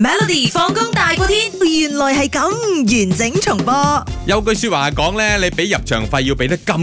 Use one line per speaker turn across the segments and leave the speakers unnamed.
Melody 放工大過天，原來係咁完整重播。
有句說話講呢，你俾入場費要俾得咁完，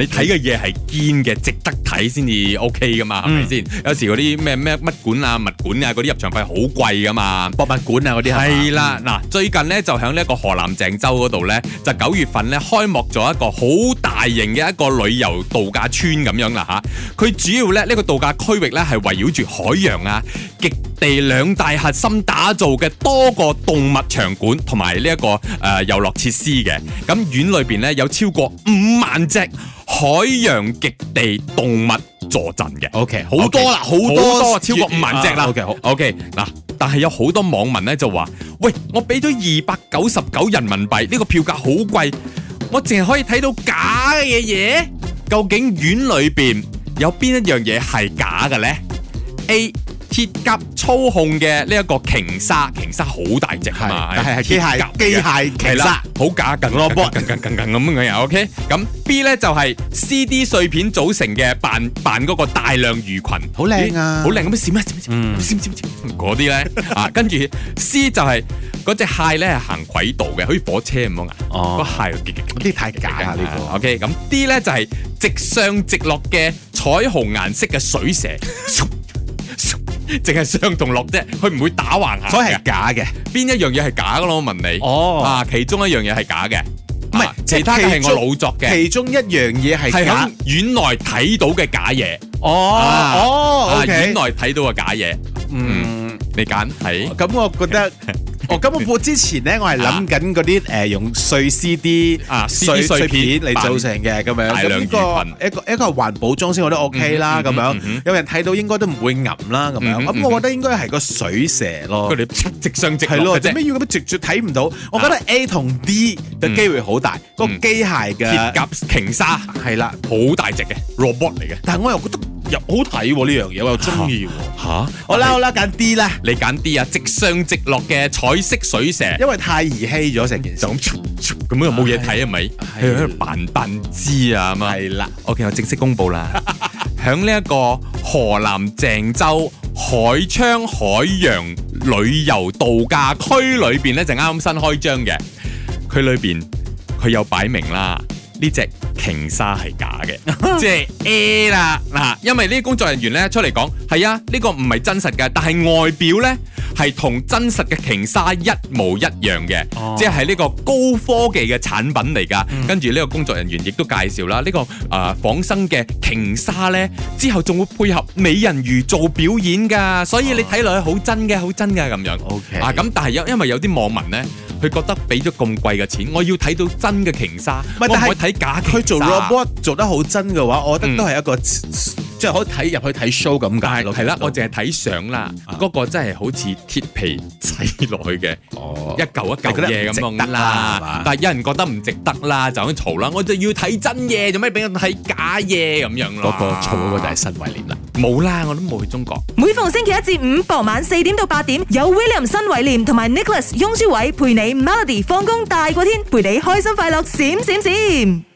你睇嘅嘢係堅嘅，值得睇先至 OK 噶嘛，係
嗯
咪先？有時嗰啲咩咩乜館啊、物館啊嗰啲入場費好貴噶嘛。
博物館啊嗰啲
係啦，嗱，最近呢，就喺呢一個河南鄭州嗰度呢，就九月份呢，開幕咗一個好大型嘅一個旅遊度假村咁樣啦吓。佢主要呢，呢、個度假區域呢，係圍繞住海洋啊、極地兩大核心打造嘅多個動物場館同埋呢一個誒、呃遊樂設施嘅。咁院裏邊呢，有超過五萬隻海洋極地動物坐鎮嘅。
O K，好多啦，好多
好多超過五萬隻啦。
O K，好
OK 嗱，但係有好多網民咧就話：，喂，我俾咗二百九十九人民幣，呢、個票價好貴，我淨係可以睇到假嘅嘢。究竟院裏邊有邊一樣嘢係假嘅呢 a 鐵甲操控嘅呢一個鯨鯊，鯨鯊好大隻啊嘛，
係，但係係機
鐵甲
械
嘅
機械
係
其
啦
殺，
好假更咯噃，更更更更咁樣樣，OK。咁 B 咧就係 CD 碎片組成嘅扮扮嗰個大量魚群，
好靚啊
咦
嗯
好靚咁樣閃啊閃啊閃閃閃閃嗰啲咧 啊，跟住 C 就係嗰只蟹咧係行軌道嘅，好似火車咁樣啊，
哦
個蟹又激
嗰啲太假啊啦呢個。
OK，咁 D 咧就係、直上直落嘅彩虹顏色嘅水蛇， 淨係上同落啫，佢唔會打橫行。
所以係假嘅，
邊一樣嘢係假嘅咯？我問你。
哦
啊，其中一樣嘢係假嘅，
唔係
啊
即係
其他嘅係
其中
我老作嘅，
其中一樣嘢係
係
假
喺。院內睇到嘅假嘢。
哦
啊
哦
啊，
，O
院
K
內。睇到嘅假嘢，
嗯，
你揀係
咁我 覺得。哦，咁我之前咧，我係諗緊嗰啲誒用碎 CD
啊 CD
碎
碎
碎
片
片嚟做成嘅咁樣，
大量
咁呢個一個一個係環保裝先，我覺得 OK 啦咁
嗯
樣，有人睇到應該都唔會揞啦咁
嗯
樣，
嗯
咁我覺得應該係個水蛇咯
佢。哋直上直
哦係
落
咯，
嘅
做
啫
咩。要咁樣直接睇唔到？我覺得 A 同 D 嘅機會好大，個
嗯
機械
鐵
嘅
甲鯨鯊
係啦，
好大隻嘅 robot 嚟嘅，
但係我又覺得又好睇喎呢樣嘢，我又中意喎。
嚇！
啊好啦好啦，揀 D 啦，
你揀 D 啊，直上直落嘅彩色水蛇，
因為太兒戲咗成件事
就。咁咁樣又冇嘢睇係咪？佢喺度扮扮知啊咁啊！
係啦，
OK，我正式公布啦， 喺呢一個河南鄭州海昌海洋旅遊度假區裏邊咧，就啱啱新開張嘅。佢裏邊佢有擺明啦，呢只鯨鯊係假 嘅，即係 A 啦嗱，因為呢啲工作人員咧出嚟講係啊，呢、個唔係真實嘅，但係外表咧係同真實嘅鯨鯊一模一樣嘅，
哦嗯
即係呢個高科技嘅產品嚟㗎。跟住呢個工作人員亦都介紹啦，呢、個啊仿生嘅鯨鯊咧之後仲會配合美人魚做表演㗎，所以你睇落去好真嘅，好真嘅咁樣。
哦 OK
啊咁，但係因因為有啲網民咧，佢覺得俾咗咁貴嘅錢，我要睇到真嘅鯨鯊，
唔
我
係
唔
但係
可以睇假鯨鯊。
佢做 robot 做得好真嘅話，我覺
嗯
得都係一個即係可以睇入去睇 show 咁
但
解
係
咯。
係啦，
其實
我淨係睇相啦，
啊
嗰個真係好似鐵皮砌落去嘅，
哦
一嚿一嚿嘢咁樣
你覺得唔值得啊啦
啦
係嘛。
但係有人覺得唔值得啦，就咁嘈啦，我就要睇真嘢，做咩俾我睇假嘢咁樣咯？
嗰個啊嘈嗰個就係新維廉啦。
冇啦，我都冇去中國。
每逢星期一至五傍晚四點到八點，有 William 新偉廉同埋 Nicholas 雍舒偉陪你 Melody 放工大過天，陪你開心快樂閃閃閃。